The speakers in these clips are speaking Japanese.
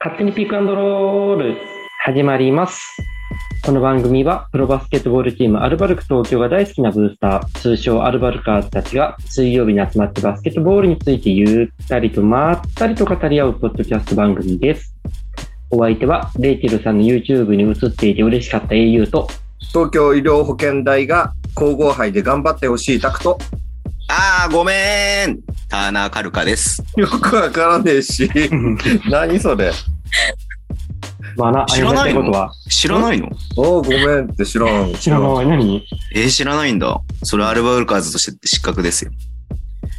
勝手にピークアンドロール始まります。この番組はプロバスケットボールチームアルバルク東京が大好きなブースター、通称アルバルカーズたちが水曜日に集まってバスケットボールについてゆったりとまったりと語り合うポッドキャスト番組です。お相手はレイチェルさんの YouTube に映っていて嬉しかった au と、東京医療保険大が皇后杯で頑張ってほしいタクト。あー、ごめーん。ターナーカルカです。よくわからねえし。何それ。まあな、知らないのありがたことは。知らないのおうごめんって知らん。知らない。何えー、知らないんだ。それアルバルカーズとして失格ですよ。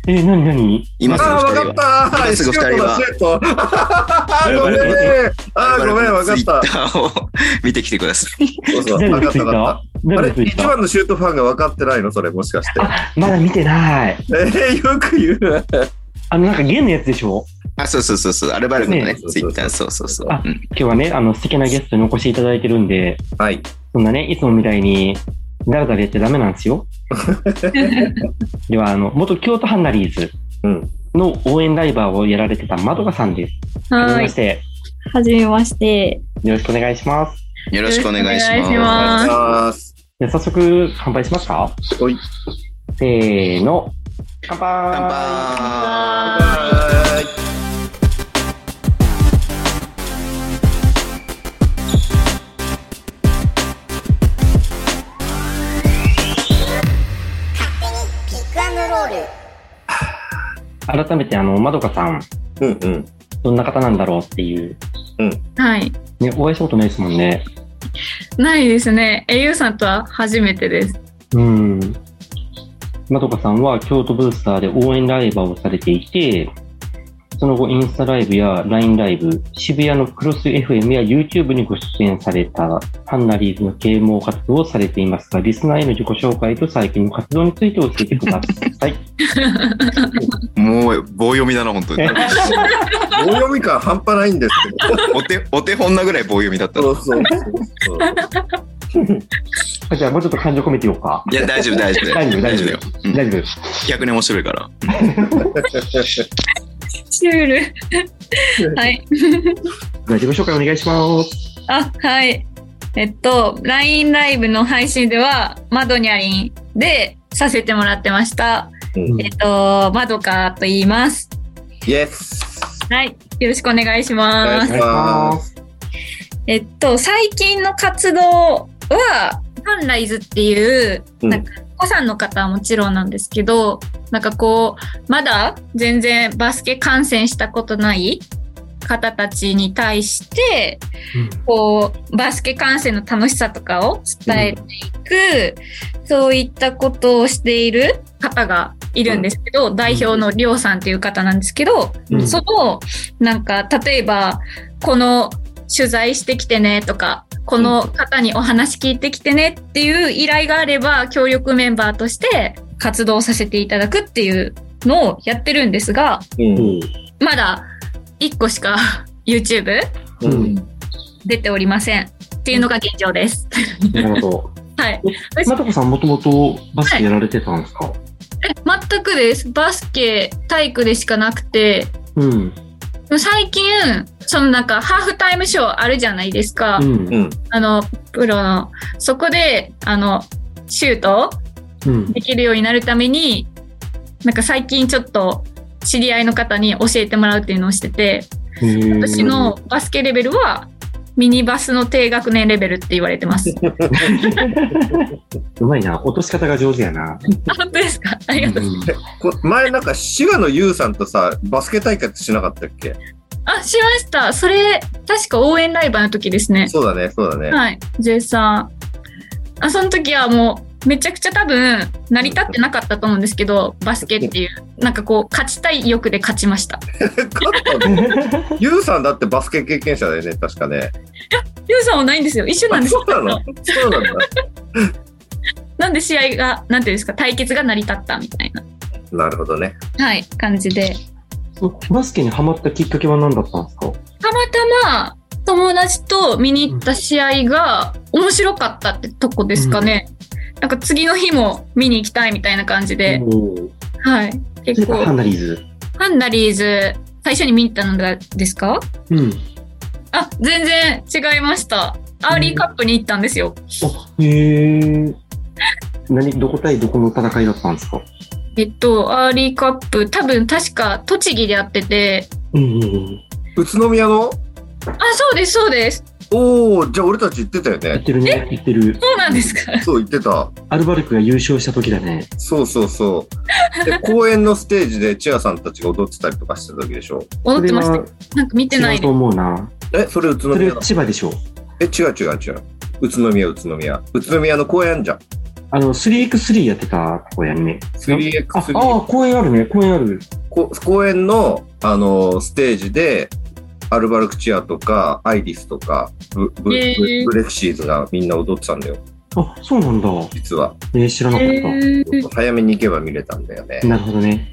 えー、何何今すぐあー、わ二かっ人は。た今すぐ二人はシュートのシュートごめんあー、ごめん、わかっツイッた。ターを見てきてください。そうそう、全わ部かっついた、たわかった。あ全れ、部つい一た番のシュートファンが分かってないのそれ、もしかして。まだ見てない。えー、よく言う。あの、なんかゲームのやつでしょあ、そうそうそうそう。アルバルカのねね、ツイッター、そうそうそう。あうん今日はね、あの、素敵なゲストにお越しいただいてるんで、はい。そんなね、いつもみたいに、だらだらやっちゃダメなんです よ。では、あの、元京都ハンナリーズうん。の応援ライバーをやられてたまどかさんです。はじはめいまし。て、はじめまして。よろしくお願いします。よろしくお願いしよろしくお願いしままああーあー、じゃあ早速、乾杯しますかおい。せーの。乾杯す。乾杯。は改めて、あの、まどかさん、ーいうんうん。どんな方なんだろうっていう。はい。ね、お会いしたことないですもんね。ないですね。えゆうさんとは初めてです。うん。まどかさんは京都ブースターで応援ライバーをされていて、その後インスタライブや LINE ライブ、渋谷のクロス FM や YouTube にご出演されたハンナリーズの啓蒙活動をされていますが、リスナーへの自己紹介と最近の活動について教えてくださ い。もう、棒読みだな、本当に。棒読み感半端ないんですけど。お手、お手本なぐらい棒読みだった。そうそうそうそう。じゃあもうちょっと感情込めてようか。いや、大丈夫、大丈夫。大丈夫大丈夫だよ。うん大丈夫。逆に面白いから。シュール。はい。じゃあ自己紹介お願いします。あ、はい。えっと、LINE ライブの配信では、マドニャリンでさせてもらってました。うんえっと、マドカと言います。イエス。はい。よろしくお願いしまはいす。す。えっと、最近の活動は、ハンライズっていう、うんなんか、お子さんの方はもちろんなんですけど、なんかこう、まだ全然バスケ観戦したことない方たちに対して、こう、バスケ観戦の楽しさとかを伝えていく、そういったことをしている方がいるんですけど、代表のりょうさんっていう方なんですけど、うんその、なんか、例えば、この取材してきてねとか、この方にお話聞いてきてねっていう依頼があれば、協力メンバーとして活動させていただくっていうのをやってるんですが、うん。まだ1個しか YouTube うん。出ておりませんっていうのが現状です。なるほど。はい。まどかさんもともとバスケやられてたんですか、全くです。バスケ、体育でしかなくて、うん。最近、そのなんか、ハーフタイムショーあるじゃないですか。うん。うん。あの、プロの。そこで、あの、シュートうん。できるようになるために、なんか最近ちょっと、知り合いの方に教えてもらうっていうのをしてて、私私のバスケレベルは、ミニバスの低学年レベルって言われて ます。うまいな。落とし方が上手やな。あ本当ですかありがとう。こ前なんか滋賀の優さんとさバスケ大会しなかったっけあ、しました。それ、確か応援ライバーの時ですね。そうだねそうだね、はい、J さん。あ、その時はもう、めちゃくちゃ多分、成り立ってなかったと思うんですけど、バスケっていう。なんかこう、勝ちたい欲で勝ちました。勝ったね優さんだってバスケ経験者だよね確かねゆうさんはないんですよ。一緒なんあですそよう。なのそうなんだなんで試合が、なんていうんですか、対決が成り立ったみたいな、なるほどねはい、感じで。バスケにハマったきっかけは何だったんですかたまたま、友達と見に行った試合が面白かったってとこですかね。なんか次の日も見に行きたいみたいな感じで、おはい。結ーハ構、ンナリーズ。ハンダリーズ、最初に見に行ったのがですかうん。あ、全然違いました。アーリーカップに行ったんですよ。あへえ。何、どこ対どこの戦いだったんですかえっと、アーリーカップ、多分確か栃木でやってて、うんうんうん。宇都宮のあ、そうです、そうです。おお、じゃあ俺たち行ってたよ言っね。てるね、言ってる。そうなんですか。そう、行ってた。アルバルクが優勝した時だね。そうそうそう。で、公園のステージでチアさんたちが踊ってたりとかしてた時でしょ。踊ってましそたれけど。なんか見てはな違いうと思うな。え、それ宇都それ宮だ。千葉でしょ。え、違う違う違う。宇都宮、宇都宮。宇都宮の公園あんじゃん。あの、3x3 やってたとこやね。あ、あ 3x3。ー、公園あるね、公園ある。こ公園の、あのーステージで、アルバルクチアとか、アイリスとか、ブブブへーブレクシーズがみんな踊ってたんだよ、あ、そうなんだ。実は。えー、知らなかっへー早めに行けば見れたんだよねた。。なるほどね。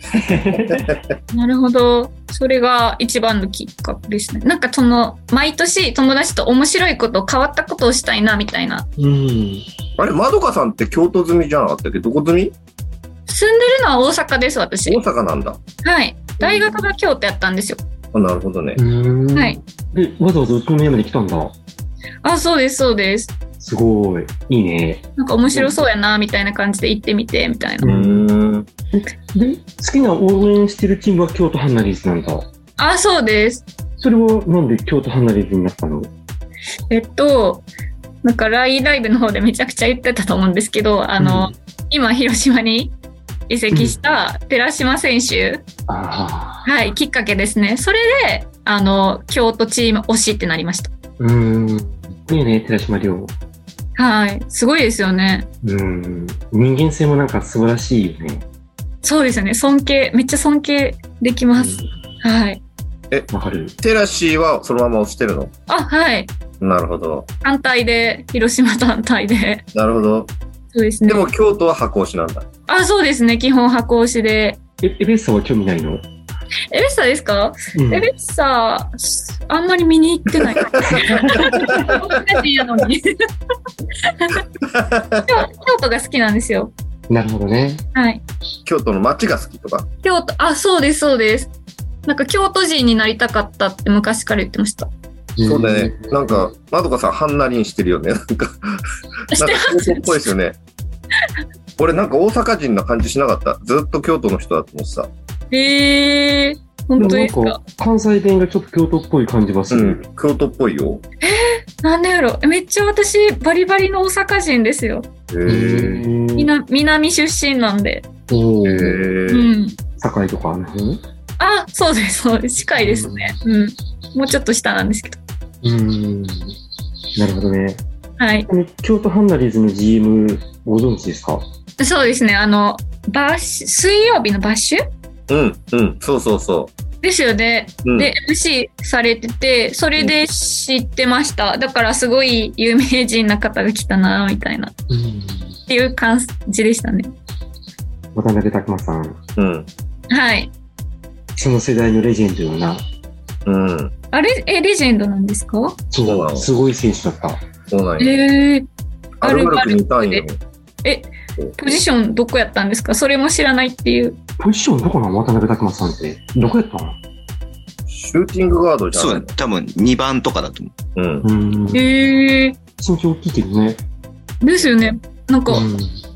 なるほど。それが一番のきっかけですね。なんかその、毎年友達と面白いこと、変わったことをしたいな、みたいな。うん。あれ、まどかさんって京都済みじゃなかったっけどこ済み住んでるのは大阪です、私大。阪なんだ。はい。大学が京都やったんですよ。あなるほどねう。ーん。はい。で、わざわざ宇都宮まで来たんだ。あ、そうです、そうです。すごい。いいね。なんか面白そうやな、みたいな感じで行ってみて、みたいな。うーん。で、好きな応援してるチームは京都ハンナリーズなんだ。あ、そうです。それはなんで京都ハンナリーズになったのえっと、なんか LINE ライブの方でめちゃくちゃ言ってたと思うんですけど、あの、う今広島に移籍した寺島選手、ああ。はい、きっかけですね。それで、あの、京都チーム推しってなりました。うーん。いいね、寺島亮。はい、すごいですよね。うん。人間性もなんか素晴らしいよね。そうですよね。尊敬、めっちゃ尊敬できます。はい。うんわかる。テラシーはそのまま押してるのあ、はい。なるほど。単体で、広島単体で。なるほど。そうですねで。も京都は箱押しなんだ。あ、そうですね。基本箱推しで。え、エベッサは興味ないのエベッサですかうんエベッサ、あんまり見に行ってない。 同じやのに。京京都が好きなんですよ。なるほどね。はい。京都の街が好きとか。京都、あ、そうです、そうです。なんか京都人になりたかったって昔から言ってました。そうだね。なんか、まどかさん、ハンナリンしてるよね。 なんか、なんかしてます京都っぽいですよね。俺なんか大阪人な感じしなかった。ずっと京都の人だと思ってた。えー、うん。本当ですでもなかんか、関西弁がちょっと京都っぽい感じがすうるん。。京都っぽいよ。なんでやろめっちゃ私、バリバリの大阪人ですよ。へへえ。ー。みな南出身なんで。おへー。ーうん。堺とかあの辺あ、そうです、そうです。近いですね。うん。もうちょっと下なんですけど。うん。なるほどね。はい。京都ハンナリーズの GM ご存知ですかそうですね。あの、バッシュ、水曜日のバッシュうん、うん、そうそうそですよね。う。うん、で、MC されてて、それで知ってました。だからすごい有名人な方が来たな、みたいな。っうん。ていう感じでしたね。渡辺拓馬さん。うん、はい。その世代のレジェンドよな。うん、あれ、え、レジェンドなんですかそうなのすごい選手だった。そうなんや。えー、アルバルクにいたんよ。ポジションどこやったんですかそれも知らないっていう。ポジションどこなの渡辺拓馬さんって。どこやったのシューティングガードじゃそうだんね。。多分2番とかだと思う。うん。うん。身えー、長大きいけどね。ですよね。なんか、う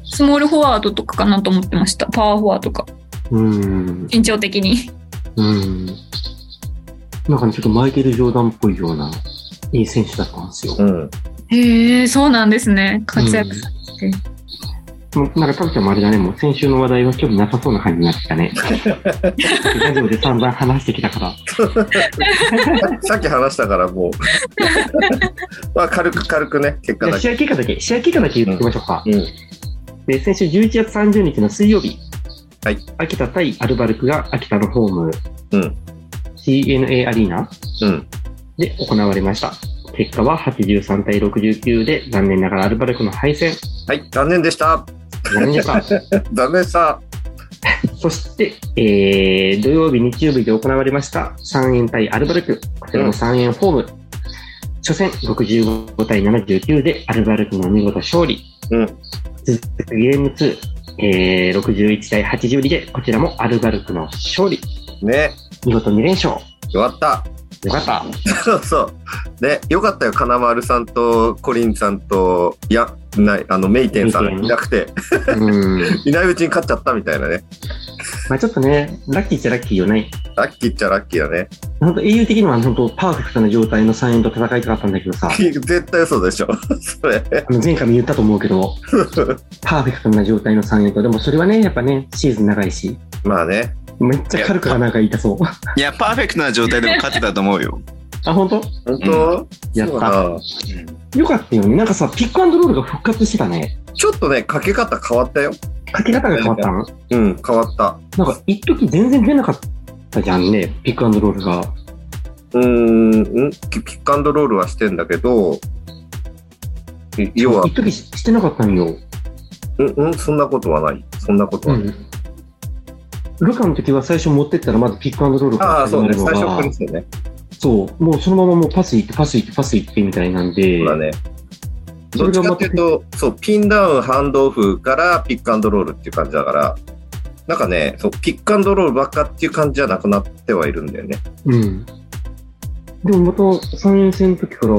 スモールフォワードとかかなと思ってました。パワーフォワードか。ん。うん。身長的に。うん。なんかね、ちょっとマイケル・ジョーダンっぽいような、いい選手だったんですよ。うん。 へえ、そうなんですね。活躍されて。もうなんか、たぶちゃんもあれだね、もう先週の話題は興味なさそうな感じになってきた ね。ラジオで散々話してきたから。さっき話したからもう。 まあ、軽く軽くね、結果じゃあだけ。試合結果だけ、試合結果だけ言ってみましょうか。うん。で先週11月30日の水曜日、はい、秋田対アルバルクが秋田のホーム、うん、 CNA アリーナうん。で行われました。結果は83対69で残念ながらアルバルクの敗戦。はい、残念でした。残念でした。残念さ。そして、えー土曜日、日曜日で行われました3円対アルバルク、こちらも3円ホーム、初戦65対79でアルバルクの見事勝利、うん続くゲーム2、えー61対82でこちらもアルバルクの勝利、ね。見事2連勝、よかった。 よかった。そうそう。ね、よかったよ、金丸さんとコリンさんと、いや、ない、あの、メイテンさんいなくて、 うん。いないうちに勝っちゃったみたいなね。まあちょっとね、ラッキーっちゃラッキーよね。ラッキーっちゃラッキーだね。 本当英雄的には本当パーフェクトな状態の3円と戦いたかったんだけどさ、絶対そうでしょ。 それ。あの前回も言ったと思うけ ど、パーフェクトな状態の3円と、でもそれはね、やっぱね、シーズン長いし、まあね。めっちゃ軽くはなんか痛 そう。いや、パーフェクトな状態でも勝てたと思うよ。あ、本当本当、やっそうた。だなよかったよね。なんかさ、ピックアンドロールが復活してたね。ちょっとね、かけ方変わったよ。かけ方が変わったのうん、変わった。なんか、一時全然出なかったじゃんね、ピックアンドロールが。うーん、んピックアンドロールはしてんだけど、い要 は、一時ししてなかったんよ。うん、うん、そんなことはない。そんなことはない。ルカの時は最初持ってったら、まずピックアンドロールからああ、そうね。の最が初これですよね。そう、もうそのままもうパス行って、パス行って、パス行ってみたいなんで、そうだね。そどっれちがかまってたいうと、そう、ピンダウン、ハンドオフからピックアンドロールっていう感じだから、なんかね、そう、ピックアンドロールばっかっていう感じじゃなくなってはいるんだよね。うん。でもまた3連戦の時から、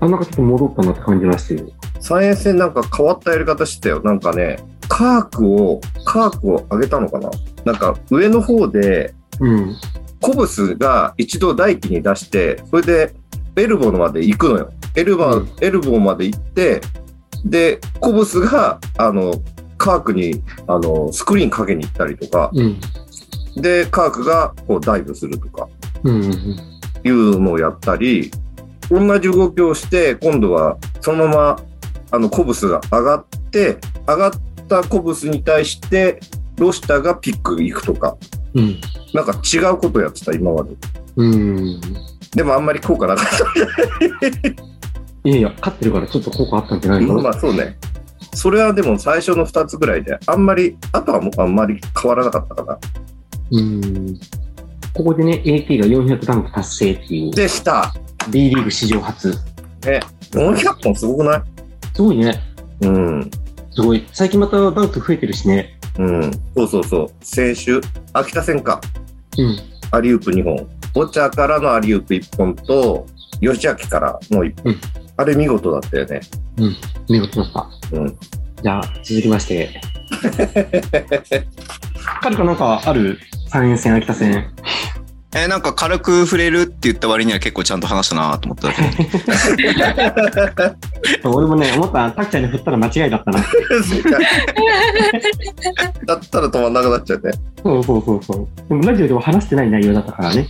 あ、なんかちょっと戻ったなって感じはしてる。三円戦なんか変わったやり方してたよ。なんかね、カークを、カークを上げたのかななんか上の方で、うん。コブスが一度大輝に出して、それでエルボーのまで行くのよ。エルバーうんエルボーまで行って、で、コブスが、あの、カークに、あの、スクリーンかけに行ったりとか、うん。で、カークがこうダイブするとか、うんうんうん。いうのをやったり、同じ動きをして、今度はそのまま、あの、コブスが上がって、上がったコブスに対して、ロシタがピック行くとか、うん。なんか違うことやってた、今まで。うん。でもあんまり効果なかった。いやいや、勝ってるからちょっと効果あったんじゃないの、まあそうね。それはでも最初の2つぐらいで、あんまり、あとはもうあんまり変わらなかったかな。うん。ここでね、AT が400ダンク達成っていう、でした。 B リーグ史上初。す400本すごくないごいね。うん。すごい。最近またダンク増えてるしね。うん。そうそうそう。先週、秋田戦か。うん。アリウープ2本。ボチャからのアリウープ1本と、吉明からの1本。うんあれ見事だったよ ね。見事だった。うん。じゃあ、続きまして。カルカなんかある三円戦、秋田戦。えーなんか軽く触れるって言った割には結構ちゃんと話したなと思っただけど。俺もね、思った、タクちゃんに振ったら間違いだったな。だったら止まんなくなっちゃうね。そうそうそうそう。でもラジオでも話してない内容だったから ね。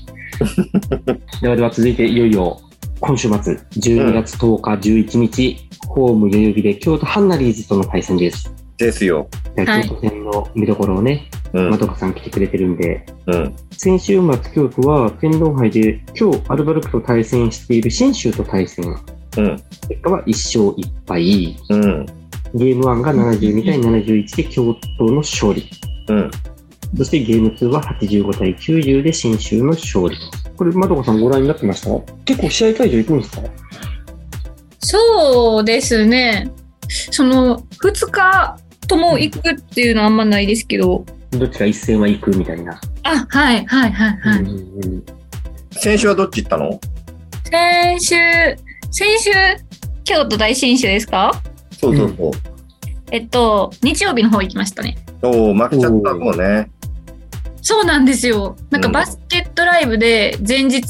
ではでは続いて、いよいよ、今週末、12月10日、11日、ホーム代々木で京都ハンナリーズとの対戦です。ですよ。ではい京都戦の見どころをね、うまん。どかさん来てくれてるんで、うん。先週末、京都は天皇杯で今日アルバルクと対戦している信州と対戦。うん。結果は1勝1敗。うん。ゲーム1が72対71で京都の勝利。うん。そしてゲーム2は85対90で信州の勝利。これ、まどかさんご覧になってました結構試合会場行くんですかそうですね。その、2日とも行くっていうのはあんまないですけど。どっちか一戦は行くみたいな。あ、はい、はい、はい、はい。うんうんうん先週はどっち行ったの先週、先週、京都大新州ですかそうそうそう。えっと、日曜日の方行きましたね。おお負けちゃったもうね。そうなんですよ。なんかうんバスケットライブで前日、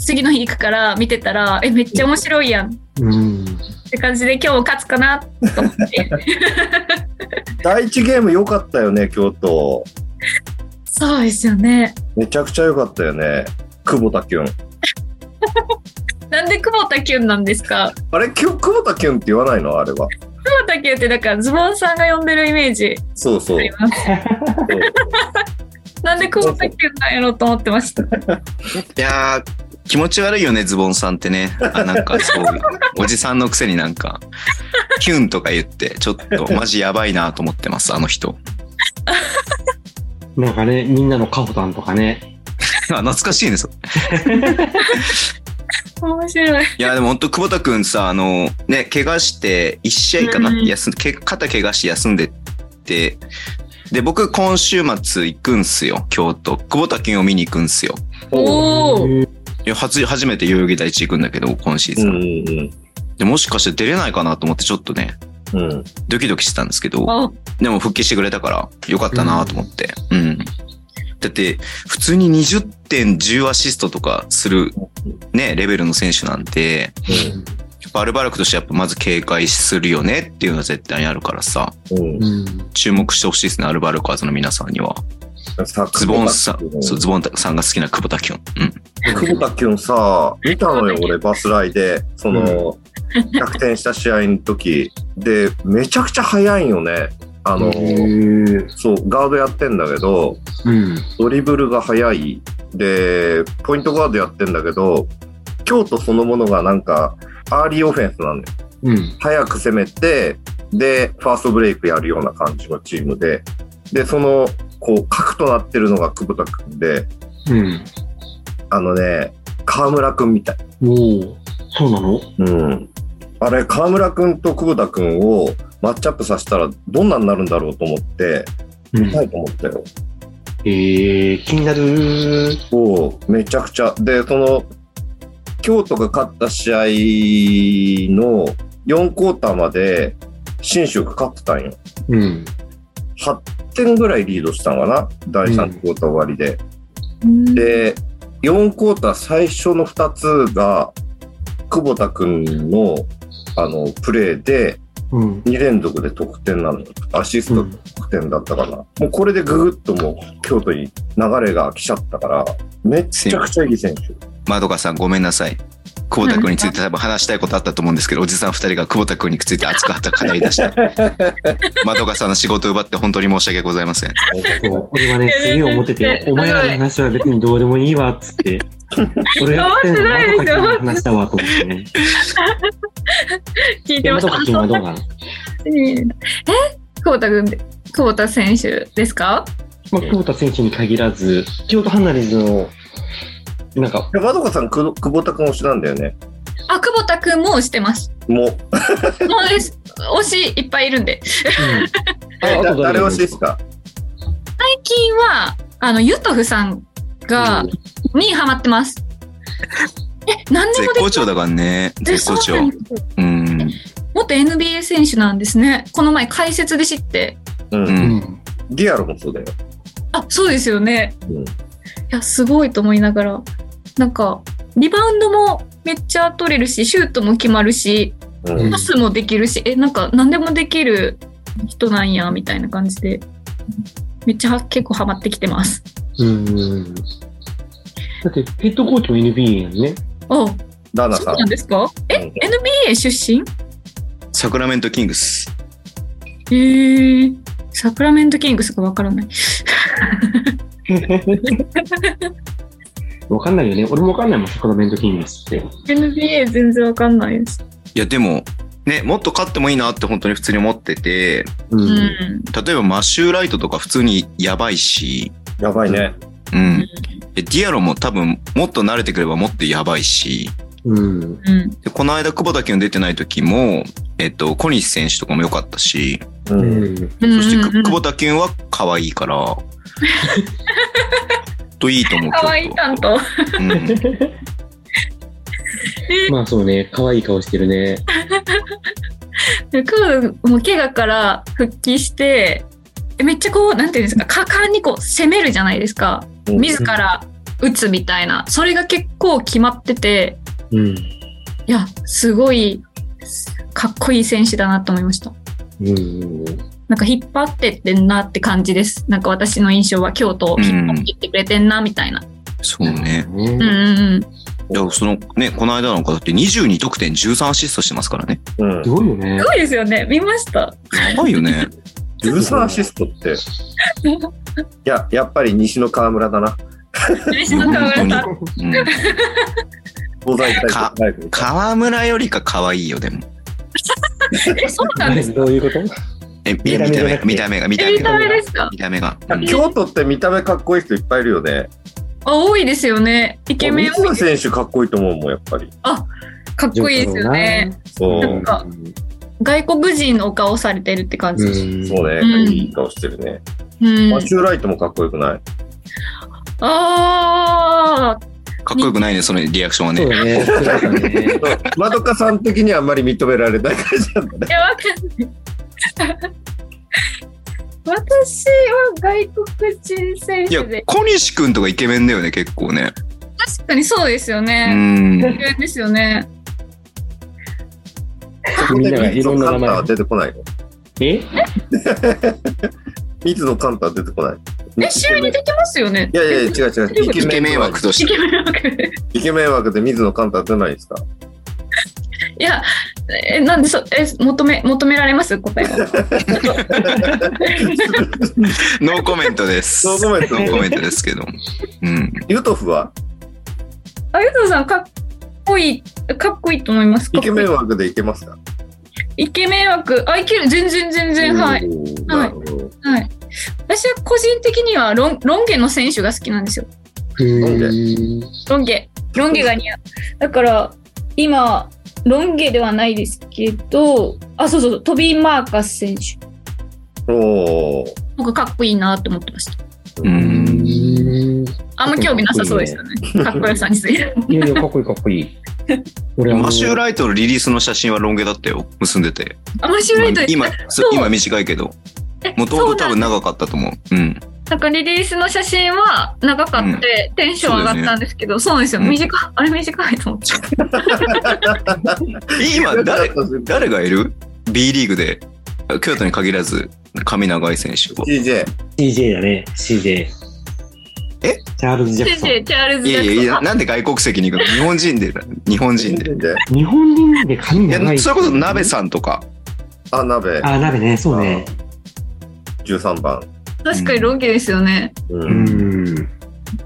次の日行くから見てたら、え、めっちゃ面白いやんっうん。て感じで今日も勝つかなと思って。第一ゲーム良かったよね、京都。そうですよね。めちゃくちゃ良かったよね。久保田キュン。なんで久保田キュンなんですかあれ、きょ久保田キュンって言わないのあれは。久保田キュンってなんかズボンさんが呼んでるイメージそうそう あ。ります。なんで久保田キュンなんやろうと思ってました。 いやー、気持ち悪いよね、ズボンさんってね。あなんか そう、おじさんのくせになんか、キュンとか言って、ちょっとマジやばいなと思ってます、あの人。 なんかね、みんなのカホタンとかね。あ懐かしいね、それ面白い。いや、でも本当久保田くんさ、あの、ね、怪我して、1試合かな、うん休んけ肩怪我して休んでって、で、僕、今週末行くんすよ、京都。久保田くんを見に行くんすよ。おお。へーいや、初、初めて代々木第一行くんだけど、今シーうズン。んでもしかして出れないかなと思って、ちょっとね、うんうん。うん。ドキドキしてたんですけど、おでも復帰してくれたから、よかったなと思って。うん。だって、普通に20点10アシストとかする、ね、レベルの選手なんて、やっぱアルバルクとしてやっぱまず警戒するよねっていうのは絶対にあるからさ、うん。うん。注目してほしいですね、アルバルカーズの皆さんには。さズボンさ久保ん、田そう、ズボンさんが好きな久保田君。うん。久保田君さ、見たのよ、俺、バスライで、その、逆転した試合の時。で、めちゃくちゃ速いんよね。あの、へそう、ガードやってんだけど、うん。ドリブルが速い。で、ポイントガードやってんだけど、京都そのものがなんか、アーリーオフェンスなんだよ。うん。早く攻めて、で、ファーストブレイクやるような感じのチームで、で、その、こう、核となってるのが久保田君で、うん。あのね、河村君みたい。おお。そうなのうん、あれ川村君と久保田君をマッチアップさせたらどんなになるんだろうと思ってうん見たいと思ったよ。えー、気になる。おうめちゃくちゃでその京都が勝った試合の4クォーターまで信州が勝ってたんよ。うん。 8点ぐらいリードしたんかな第うん3クォーター終わりで。うんで4クォーター最初の2つが久保田君のあのプレーでうん。 2連続で得点なのよアシスト得点だったから、もうこれでぐぐっともう京都に流れが来ちゃったからめっちゃくちゃいい選手まどかさん、ごめんなさい。久保田君につい て多分話したいことあったと思うんですけど、おじさん二人が久保田君について熱く語り出 した。まどかさんの仕事を奪って本当に申し訳ございません。そう俺はね、すげえ思ってて、お前らの話は別にどうでもいいわっつ って、俺が言ってんの、まどか君の話だわと思ってね。聞いてえ、まましどた。か君はどうなのえ、久保田君で、久保田選手ですかまあ、久保田選手に限らず、京都ハンナリーズの、なんか、でまどかさんく久保田君推しなんだよねあ、久保田君も推して ます。もうもうです。推しいっぱいいるんで。 あえあだと誰が推いしるですか最近は、あの、ユトフさんが、にハマってます。え、何でも絶で好きる調だからね。絶好調そうな。んですようん。元 NBA 選手なんですね。この前解説で知って。うん、うんうん。ディアロもそうだよ、あ、そうですよね。うんいや、すごいと思いながら。なんか、リバウンドもめっちゃ取れるし、シュートも決まるし、うんパスもできるし、え、なんか何でもできる人なんや、みたいな感じで。めっちゃ結構ハマってきてます。うん。だって、ヘッドコーチも NBA やん ね。おダーナそさうんなんですかえ、うん NBA 出身サクラメントキングス。えー、サクラメントキングスがわからない。わかんないよね。俺もわかんないもん、サクラメントキングスって。 NBA 全然わかんないです。いや、でも、ね、もっと勝ってもいいなって本当に普通に思ってて、う。うんん。例えばマシューライトとか普通にやばいし、やばいねうん。でディアロも多分もっと慣れてくればもっとやばいし、うん。うん。でこの間久保田君出てない時も、えっと、小西選手とかも良かったし、う、うんん。うんそしてくうん久保田君は可愛い から、といいと思う。かわいい担京当。都うんまあそうね、可愛い顔してるね。で久保田もう怪我から復帰して、えめっちゃこう、なんていうんですか、果敢にこう攻めるじゃないですか。うん自ら打つみたいな。それが結構決まってて、うん。いや、すごい、かっこいい選手だなと思いました。うん。なんか引っ張ってってんなって感じです。なんか私の印象は京都を引っ張ってってくれてんなみたいな。そうね。うんうねんうん。いや、そのね、この間なんかだって22得点13アシストしてますからね。うんす、ごいよねす。ごいですよね。見ました。やばいよ ね。 13アシストっていややっぱり西の川村だな西野カメラさうん。ん東西対決最後に河村よりか可愛いよ、でも。え、そうなんですか。どういうことえ、見見た目じゃなくて見た目が、見たえ、目見たが。目ですか。見た目が。うん京都って見た目かっこいい人いっぱいいるよね。あ、多いですよね。イケメン水多野い。選手かっこいいと思うもん、やっぱり。かっこいいですよね。そううんなんか外国人のお顔されてるって感じです。そうね、うんいい顔してるね。うんマ。シューライトもかっこよくない。ああ。かっこよくないね、そのリアクションはそうね。だね。そうだね。まどかさん的にはあんまり認められない感じなんだね。や、わかんない。 私は外国人選いや手で、。小西くんとかイケメンだよね、結構ね。確かにそうですようね。ん。急ですよね。みんながいろんな名 水野カ前。ンタは出てこないの。え水野カンタは出てこない。え、試合に出てますよねい。やいや違う違う。イケメン枠としイて。ケメン枠でイケメン枠で水野カンタは出ないですかいや、え、なんでそ、え、求め、求められます答 えは。ノーコメントです。ノーコメントノーコメントですけど。うん。ユトフはあゆとさん、かっこいい、かっこいいと思います。イかっこいケいメン枠でいけます かイケメン枠。あ、いける。全然、全然、はい。おーなるほど。はい。私は個人的にはロン、ロン毛の選手が好きなんですよ。うん。ロン毛。ロン毛が似合う。だから、今、ロン毛ではないですけど、あ、そうそうそう、トビー・マーカス選手。おー僕かっこいいなって思ってました。うん。あんま興味なさそうですよね。かっこよさについて。いやいや、かっこいいかっこいい。俺はもうマシューライトのリリースの写真はロン毛だったよ。結んでて。あ、 面白いと今、そうそう今短いけど。えもともと多分長かったと思う。うん。なんかリリースの写真は長かったて、テンション上がったんですけど、そう,、なんですよ。短い、あれ短いと思って。え今、誰、誰がいる ?B リーグで。京都に限らず、髪長い選手。 ?DJ。 CJ だね、CJ。えチャールズ・ジャク先ソ生、チャールズ・いジャやクいソやン。いや、なんで外国籍に行くの日本人で、日本人で。 DJ ン。日本人で髪い長や、い。それこそ鍋さんとか。あ、鍋。あ、鍋ね、そうね。 13番。確かにロン毛ですよね。う。うんん。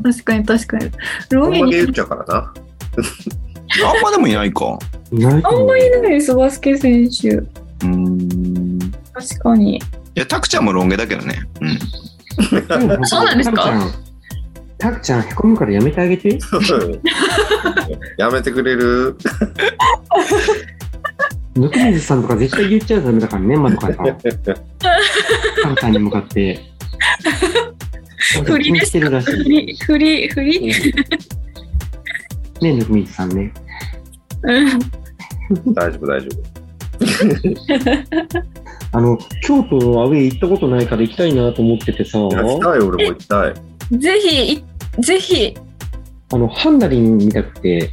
確かに確かに。こロン毛んだけ言っに。ちゃうからな。 あんまでもいないか。いないとあん思うまりないです、バスケ選手。うん。い確かに。や、タクちゃんもロン毛だけどね。うん。もそうなんですかタクちゃん、タクちゃんへこむからやめてあげ て。やめてくれるぬくみずさんとか絶対言っちゃダメだからね、まど かさん。タクちゃんに向かって。 振り気にですかしてるらしフい。リ、フリ、フリ。ね、ぬくみずさんね。うん。大丈夫、大丈あの、京都のアウェイ行ったことないから行きたいなと思っててさ、夫。行きたい、俺も行きたい。ぜひ、いぜひ。あの、ハンダリン見たくて、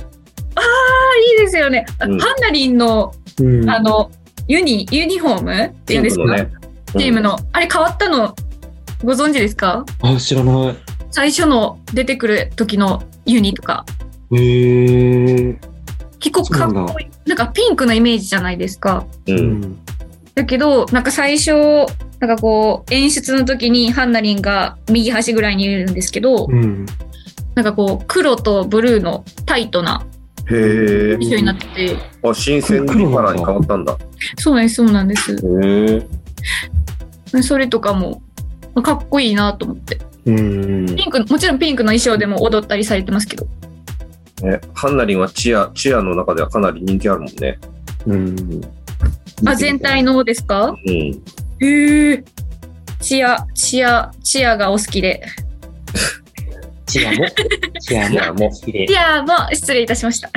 あ、いいですよね。あうんハンナリンの、うん、あの、ユニ、ユニフォームっていうんですチームのかねチームの。あれ変わったの、ご存知ですかあ、知らない。最初の出てくる時のユニとかへえ。結構かっこいいなんかピンクのイメージじゃないですかうん。ううんん。だけどなんか最初なんかこう演出の時にハンナリンが右端ぐらいにいるんですけどうん。なんかこう黒とブルーのタイトなへえ。衣装になっててあ、新鮮にカラーに変わったんだ。そうなんですそうなんですへえ。それとかもかっこいいなと思ってうん。ピンクもちろんピンクの衣装でも踊ったりされてますけどね、ハンナリンはチア、チアの中ではかなり人気あるもんね。うん。あ全体のですかうん。へえチアチアチアがお好きでチアも。チアも。チアも好きでい。やー、もう失礼いたしました。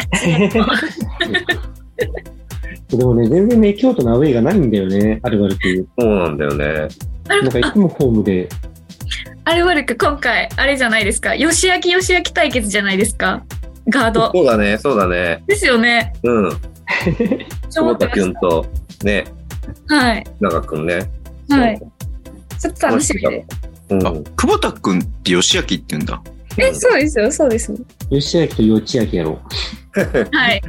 でもね、全然ね、京都のアウェイがないんだよね、アルバルク。そうなんだよね。なんかいつもホームで。あれ悪く今回、あれじゃないですか。吉明吉明対決じゃないですか。ガード。そうだね、そうだね。ですよね。うん。ち久ょ保っ田とく待ってんと、ね、ましたはい。長くんね。はい。ちょっと楽しみで。うん。あ、久保田くんって吉明って言うんだ。え、そうですよ、そうですよ。吉明と幼稚明やろはい。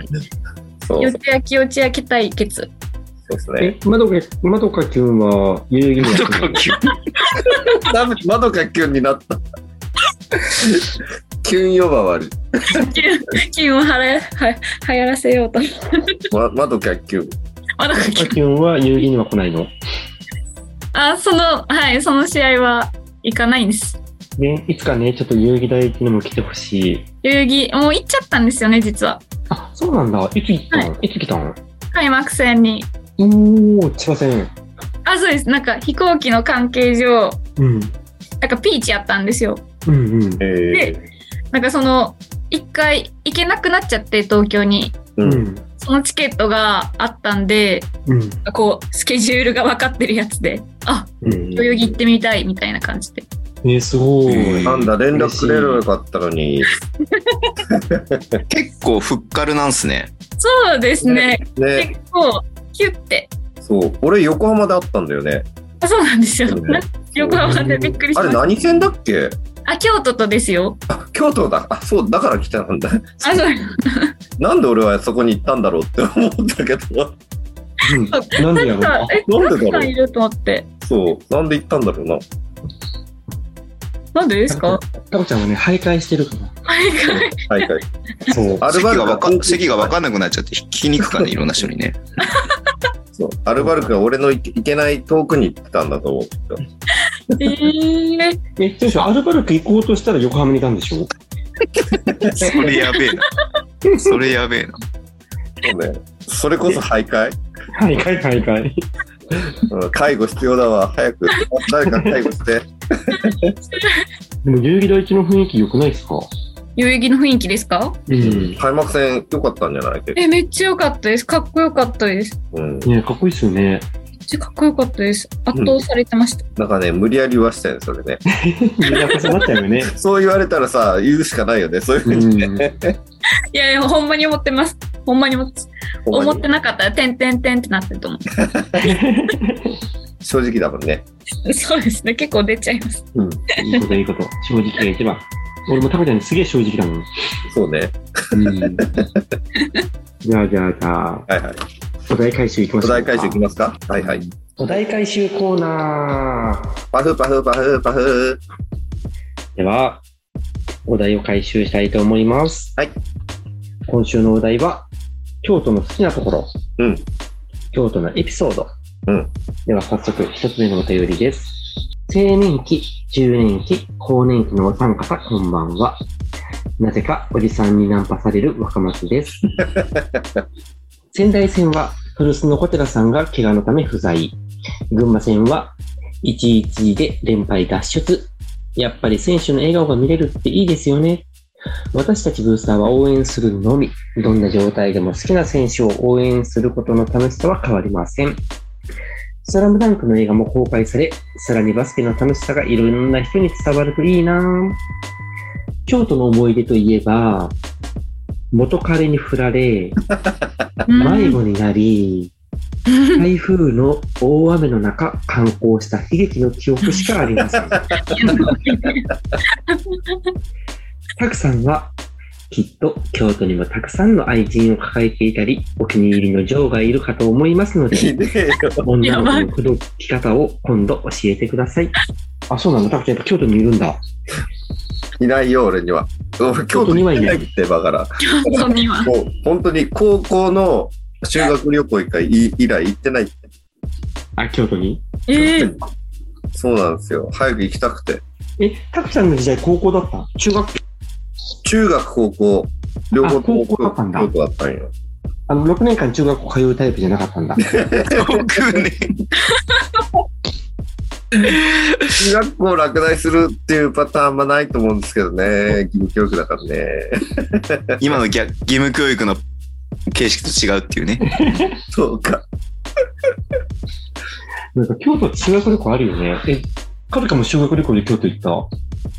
そう吉明吉明対決。そうですう。ね。え、まどか、まどかきゅんは、代々木にやってるダメ、まどかキュンになった。キュン呼ばわり。金を払え、は、流行らせようと。ま、まどかキュン。まだまどかきゅんは、代々木には来ないの。あ、その、はい、その試合は行かないんです。ね、いつかね、ちょっと代々木大駅にも来てほしい。遊戯、もう行っちゃったんですよね、実は。あ、そうなんだ。いつ行ったの、い、つ来たの開幕戦に。おー、千葉線。あ、そうです。なんか飛行機の関係上、うん。なんかピーチやったんですよ。うんうん。えなんかその一回行けなくなっちゃって、東京に。う。うんん。そのチケットがあったんで、うん。こう、スケジュールが分かってるやつで、あ、うん。代々木行ってみたいみたいな感じで。ね、すごい。なんだ、連絡くれればよかったのに。結構フッカルなんすね。そうですね。ね、結構、キュッて。そう。俺、横浜で会ったんだよね。あそうなんですよ。ね 横浜でびっくりしあまれ、した。何線だっけあ、京都とですよ。あ、京都だ。あ、そう、だから来たんだ。あ、そう。 なんで俺はそこに行ったんだろうって思ったけど。 なんでやろうなんなか、。え、なんでだろうなんかいると思って。そう。なんで行ったんだろうな。なんでで すかタコちゃんはね、徘徊してるか毎回。はいはい。ら。そう。アル 席バルがクわはかん、席がわかんなくなっちゃって、聞きにく かね、いろんな人にね。そうアルバルクが俺の行け行けない遠くに行ってたんだと思うけど。えー、え、選手、アルバルク行こうとしたら横浜にいたんでしょそれやべえな。それやべえな。そうね。それこそ徘徊徘徊、徘徊。うん介護必要だわ。早く。 誰か介護して。でも、代々木第一の雰囲気良くないですか代々木の雰囲気ですかうん。開幕戦良かったんじゃないけど。え、めっちゃ良かったです。かっこよかったです。うん。ねかっこいいっすよね。めっちゃかっこよかったです。圧倒されてました。なんかね、無理やり言わしたよね、それね。 みんな重なったよね。そう言われたらさ、言うしかないよね。そういうふうう にん。いやいや、ほんまに思ってます。ほんまに思ってますほん思まっにてなかったら、てんてんてんってなってると思正直だもんね。う。そうですね。結構出ちゃいます。うん。いいこと、いいこと。正直が一番。俺もタコちゃんにすげえ正直だもん。そうね。 うん。じゃあじゃあじゃあ、はいはい。お題回収いきましおょうか。題回収いきますかはいはい。。お題回収コーナー。パフパフパフパフ。では、お題を回収したいと思います。はい。今週のお題は、京都の好きなところ。うん。京都のエピソード。うん。では早速、一つ目のお便りです。青年期、中年期、高年期のお三方、こんばんは。なぜか、おじさんにナンパされる若松 です。仙台戦は、古巣の小寺さんが怪我のため不在。群馬戦は、1-1で連敗脱出。やっぱり選手の笑顔が見れるっていいですよね。私たちブースターは応援するのみ。どんな状態でも好きな選手を応援することの楽しさは変わりません。スラムダンクの映画も公開され、さらにバスケの楽しさがいろんな人に伝わるといいなぁ京都の思い出といえば、元彼に振られ、迷子になり、うん台風の大雨の中観光した悲劇の記憶しかありません。 たくさんはきっと京都にもたくさんの愛人を抱えていたりお気に入りのジョーがいるかと思いますのでいいね えよ。女の子の口説き方を今度教えてくださいあそうなんだたくちゃんやっぱ京都にいるんだいないよ、俺には。俺、京都に行ってないって、バカら。 京都 には。もう、本当に高校の修学旅行以来い以来行ってないって。あ京都にえー、そうなんですよ。早く行きたくて。えたくちゃんの時代高校だった中学中学、高校、両方ともあ高校だったんだ京都だったんよ。あの6年間中学校通うタイプじゃなかったんだ僕ね。中学校落第するっていうパターンはないと思うんですけどね。義務教育だからね。 今の逆義務教育の形式と違うっていうね。そうか。なんか京都修学旅行あるよねえカルカも修学旅行で京都行った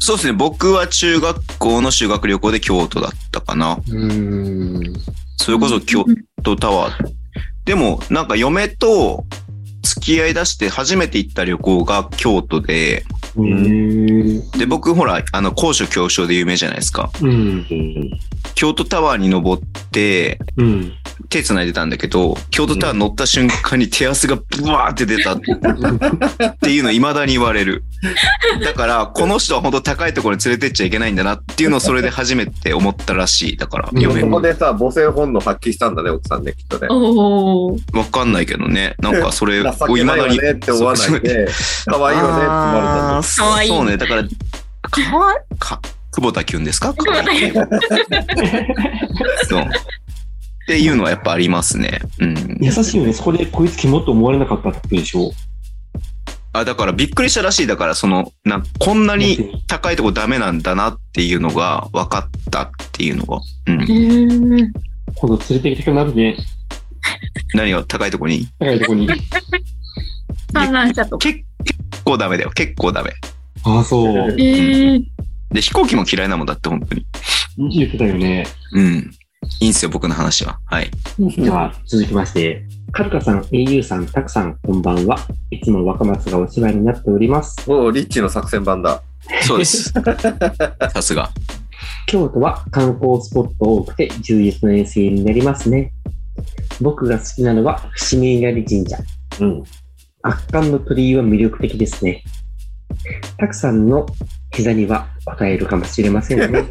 そうですね。僕は中学校の修学旅行で京都だったかな。うーんそれこそ京都タワー。でも、なんか嫁と付き合い出して初めて行った旅行が京都で、へーで、僕ほら、あの、高所恐怖症で有名じゃないですか。うんうん。京都タワーに登って、うん手繋いでたんだけど、京都タワー乗った瞬間に手汗がブワーって出たっていうの未だに言われる。だから、この人は本当高いところに連れてっちゃいけないんだなっていうのをそれで初めて思ったらしい。だから、うん嫁そもこでさ、母性本能発揮したんだね、奥さんね、きっとね。おー。わかんないけどね。なんかそれを 情け未ないだよに。ねって思わないで、可愛いよねって思わあれーかわいいそうね。だから、かわいか、久保田キュンですかかわいいね。そう。っていうのはやっぱありますね。うん。 優しいよね。そこでこいつキモっと思われなかったってことでしょあ、だからびっくりしたらしい。だから、その、なんこんなに高いとこダメなんだなっていうのが分かっったっていうのが。うん。うん。今度連れて行きたくなるね。何が高いとこに高いとこに。観覧車とか。け結構ダメだよ。結構ダメ。ああ、そう。ええで、飛行機も嫌いなもんだって、本当に。言ってたよね。うん。いいんすよ、僕の話は。はい。では、続きまして、カルカさん、au さん、たくさん、こんばんは。いつも若松がお世話になっております。もうリッチの作戦版だ。そう です。さすが。京都は観光スポット多くて充実の遠征になりますね。僕が好きなのは伏見稲荷神社。うん。圧巻の鳥居は魅力的ですね。たくさんの膝には応えるかもしれませんね。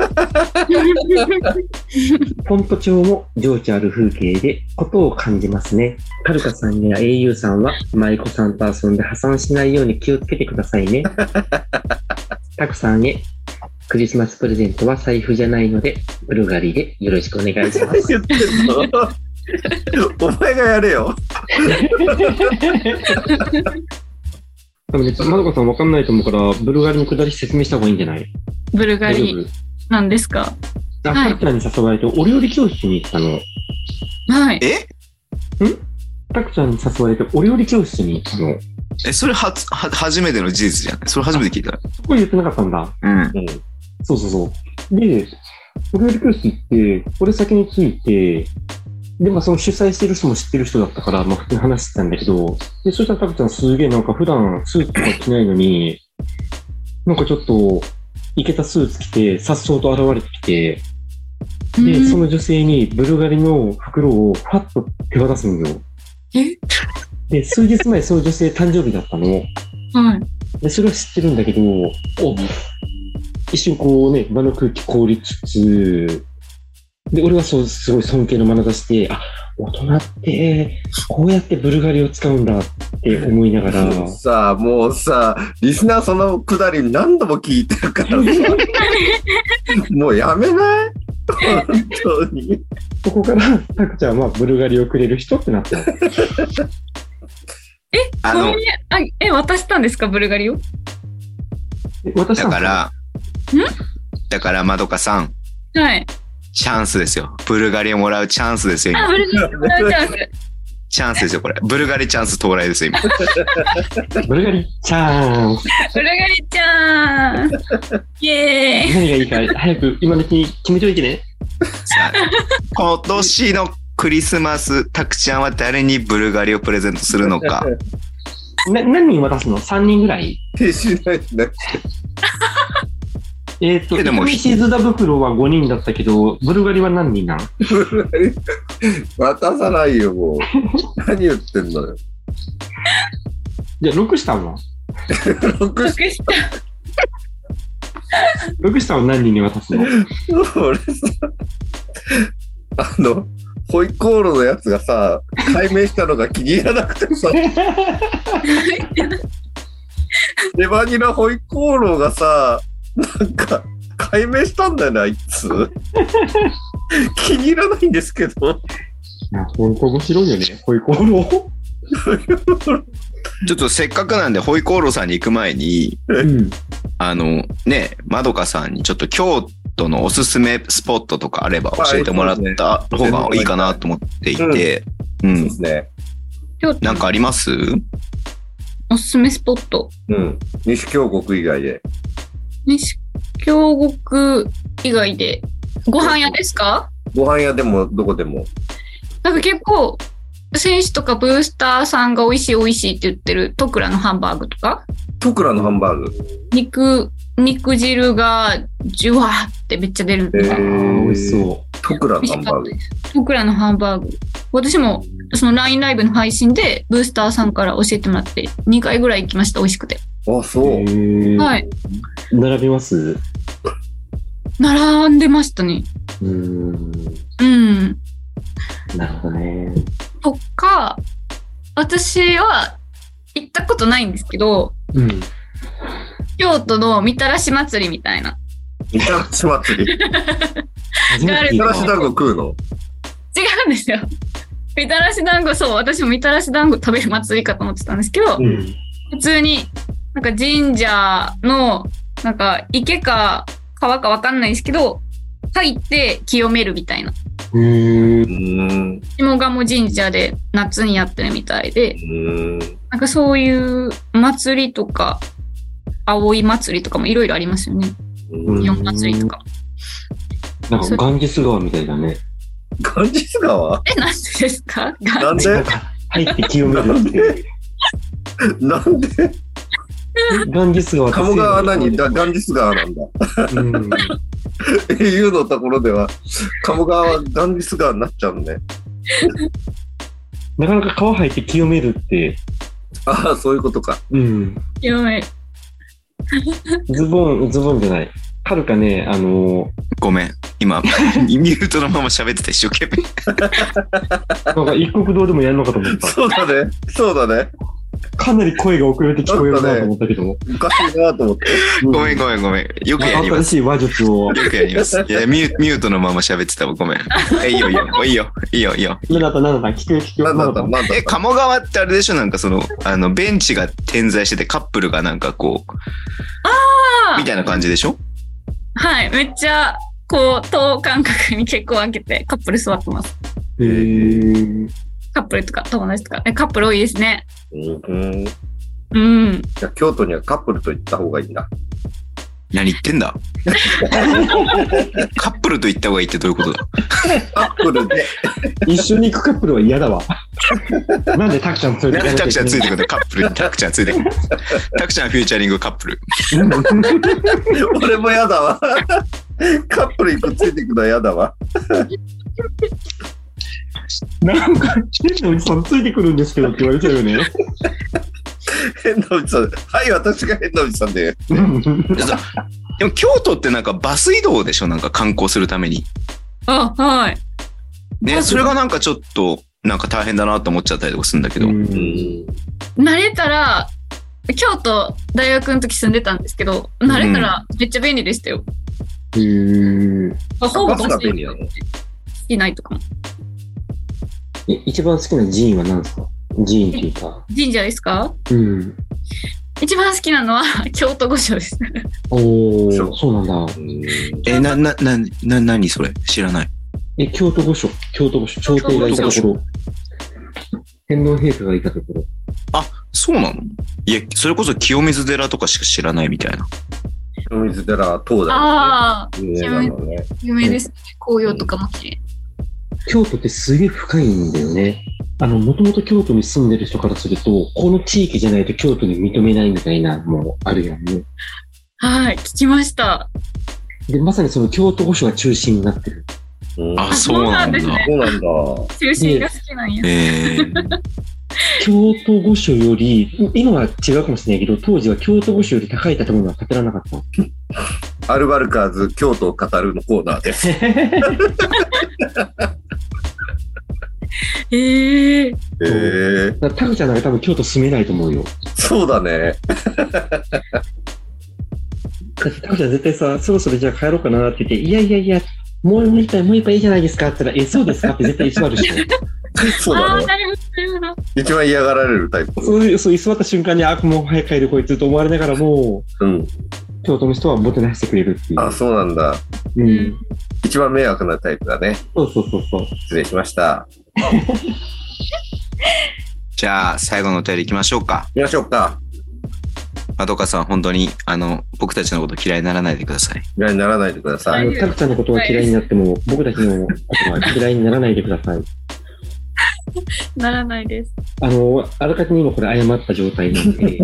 ポント町も情緒ある風景でことを感じますね。カルカさんや au さんは舞妓さんと遊んで破産しないように気をつけてくださいね。たくさんへクリスマスプレゼントは財布じゃないので、ブルガリでよろしくお願いします。言ってんのお前がやれよ。多分ね、まどかさんわかんないと思うから、ブルガリのくだり説明した方がいいんじゃない ブルガ大丈リなんですか夫あ、はいさくらに誘われて、お料理教室に行ったの。はい。えたくちゃんに誘われて、お料理教室に行ったの。え、それはつ、は、初めての事実じゃん。それ初めて聞いた。そこ言ってなかったんだ。うん。うん。そうそうそう。で、お料理教室行って、俺先について、で、まあその主催してる人も知ってる人だったから、まあ普通に話してたんだけど、で、そしたらたくちゃんすげえなんか普段スーツとか着ないのに、なんかちょっと、イケたスーツ着て、颯爽と現れてきて、で、その女性にブルガリの袋をファッと手渡すんよ。えで、数日前その女性誕生日だったの。はい。で、それは知ってるんだけど、お一瞬こうね、場の空気凍りつつ、で、俺はそう、すごい尊敬の眼差しで、あ、大人って、こうやってブルガリを使うんだって思いながら、さあ、もうさ、リスナーそのくだり何度も聞いてるからさ。もうやめない本当に。そこから、たくちゃんはブルガリをくれる人ってなった。あこの、れあ、え、渡したんですか、ブルガリを。で私だはから、だから、まどかさん、はい。チャンスですよ。ブルガリをもらうチャンスですよ、あ、今。ブルガリをもらうチャンス。チャンスですよ、これ。ブルガリチャンス到来ですよ、今。ブルガリ、チャーンブルガリちゃん。イエーイ。何がいいか、早く今のうちに決めといてね。さあ今年のクリスマス、たくちゃんは誰にブルガリをプレゼントするのか。な、何人渡すの ?3 人ぐらい手しないしなくえっ、と、えででもも、シーズダ袋は5人だったけど、ブルガリは何人なんて。渡さないよ、もう。何言ってんのよ。じゃあ、6したんは僕、隠した。 ?6 したんは何人に渡すの俺さ、あの、ホイコーローのやつがさ、解明したのが気に入らなくてさ、レバニラホイコーローがさ、なんか、解明したんだよね、あいつ。気に入らないんですけど。本当面白いよね、こういうコールを。ちょっとせっかくなんで、ホイコーローさんに行く前に、うん。あの、ね、まどかさんにちょっと京都のおすすめスポットとかあれば教えてもらった方がいいかなと思っていて、うそうんで。すね。京都なんかありますおすすめスポット。うん。西京極以外で。西京極以外で。ご飯屋ですかご飯屋でもどこでも。なんか結構、選手とかブースターさんが美味しい美味しいって言ってるトクラのハンバーグとかトクラのハンバーグ。肉、肉汁がジュワーってめっちゃ出る。えあー美味しそトクラのハンバーグ。トクラのハンバーグ。私もその LINE ライブの配信でブースターさんから教えてもらって2回ぐらい行きました美味しくて。あ、う。そう。へーはい。並びます並んでましたね。うーん。うん。なるほどね。とか、私は行ったことないんですけど、うん。京都のみたらし祭りみたいな。みたらし祭り。初めて聞みいたたらし団子食うの違うんですよ。みたらし団子、そう、私もみたらし団子食べる祭りかと思ってたんですけど、うん。普通に、なんか神社の、なんか池か川かわかんないですけど、入って清めるみたいな。うん。うん。下鴨神社で夏にやってるみたいで、うん。なんかそういう祭りとか、葵祭りとかもいろいろありますよね。うん。祇園祭りとか。なんか、ガンジス川みたいだね。ガンジス 川え、なんでですかなんなんでか、入って清める っていう。なんでガンジス川って鴨川は 何だガンジス川なんだ。うん。 au のところでは、鴨川はガンジス川になっちゃうね。なかなか川入って清めるって、ああ、そういうことか。うん。清めズボン、ズボンじゃない。はるかね、あのごめん。今、 ミュートのまま喋ってた一生懸命。ー、なんか一国道でもやるのかと思った。そうだね。そうだね。かなり声が遅れて聞こえるなと思ったけども。おかしいなと思って。うごめんごめんごめん。よくやりま新す。しい話術 を。よくやります。いや、ミュミュートのまま喋ってたわ。ごめん。えいいよいいよ。いいよ。いいよいいよ。なんだった、なんだった、聞くよ聞くなよ。んだった、なんなんだった。 え、鴨川ってあれでしょなんかその、あの、ベンチが点在しててカップルがなんかこう、あみたいな感じでしょはい、めっちゃ、こう、等間隔に結構開けてカップル座ってます。へーカップルとか友達とか。え、カップル多いですね。うん。じうん。ゃあ京都にはカップルと行った方がいいんだ。何言ってんだ カップルと言った方がいいってどういうことだカップル で。一緒に行くカップルは嫌だわ。 なんでタクちゃん連れてなんでタクちゃんついてるくるカップルにタクちゃんついてくるタクちゃんフューチャリングカップル。俺もやだわ。カップル行くついていくのはやだわ。 なんか、変なおじさんついてくるんですけどって言われちゃうよね。変なおじさん。はい、私が変なおじさんで。うんそうでも京都ってなんかバス移動でしょなんか観光するために。あ、はい。ね、バスそれがなんかちょっと、なんか大変だなと思っちゃったりとかするんだけど。う。ん。慣れたら、京都大学の時住んでたんですけど、慣れたらめっちゃ便利でしたよ。へーほぼバスがバス便利なのいないとかも。え一番好きな寺院は何ですか寺院っていうか。神社ですかうん。一番好きなのは 京都御所です。おそー、うそうなんだ。え、な、な、な、な、なにそれ知らない。え、京都御所、京都御所、朝廷がいたところ。天皇陛下がいたところ。そうなのいや、それこそ清水寺とかしか知らないみたいな。清水寺、東大ああ、有名なのね。有名ですね。紅葉とかも綺麗。京都ってすげえ深いんだよね。あの、もともと京都に住んでる人からすると、この地域じゃないと京都に認めないみたいな、もうあるよね。はい、聞きました。で、まさにその京都御所が中心になってる。うんあ、あ、そうなんだ。そうなんでそうなんだ。中心が好きなんや。えー、京都御所より、今は違うかもしれないけど、当時は京都御所より高い建物は建てられなかった。アルバルカーズ京都を語るのコーナーです。ええへえ。だからタクちゃんなんか多分京都住めないと思うよ。そうだね。だってタクちゃん絶対さ、そろそろじゃあ帰ろうかなって言って、いやいやいや、もう一杯、もう一杯いいじゃないですかって言ったら、え、そうですかって絶対居座るでしょ。そうあだあ、ね。なるほどなるほど。一番嫌がられるタイプ。そういう、そう居座った瞬間に、あ、もう早く帰るこいつと思われながらも、うん。京都の人はもてなしてくれるっていう。あ、そうなんだ。ううんん。一番迷惑なタイプだね。そうそうそうそう。失礼しました。じゃあ、最後のお便り行きましょうか。行きましょうか。まどかさん、本当に、あの、僕たちのこと嫌いにならないでください。嫌にならないでくださあい。の、タクちゃんのことは嫌いになっても、僕たちのことは嫌いにならないでください。ならないです。あの、あらかじめ今これ謝った状態なんで、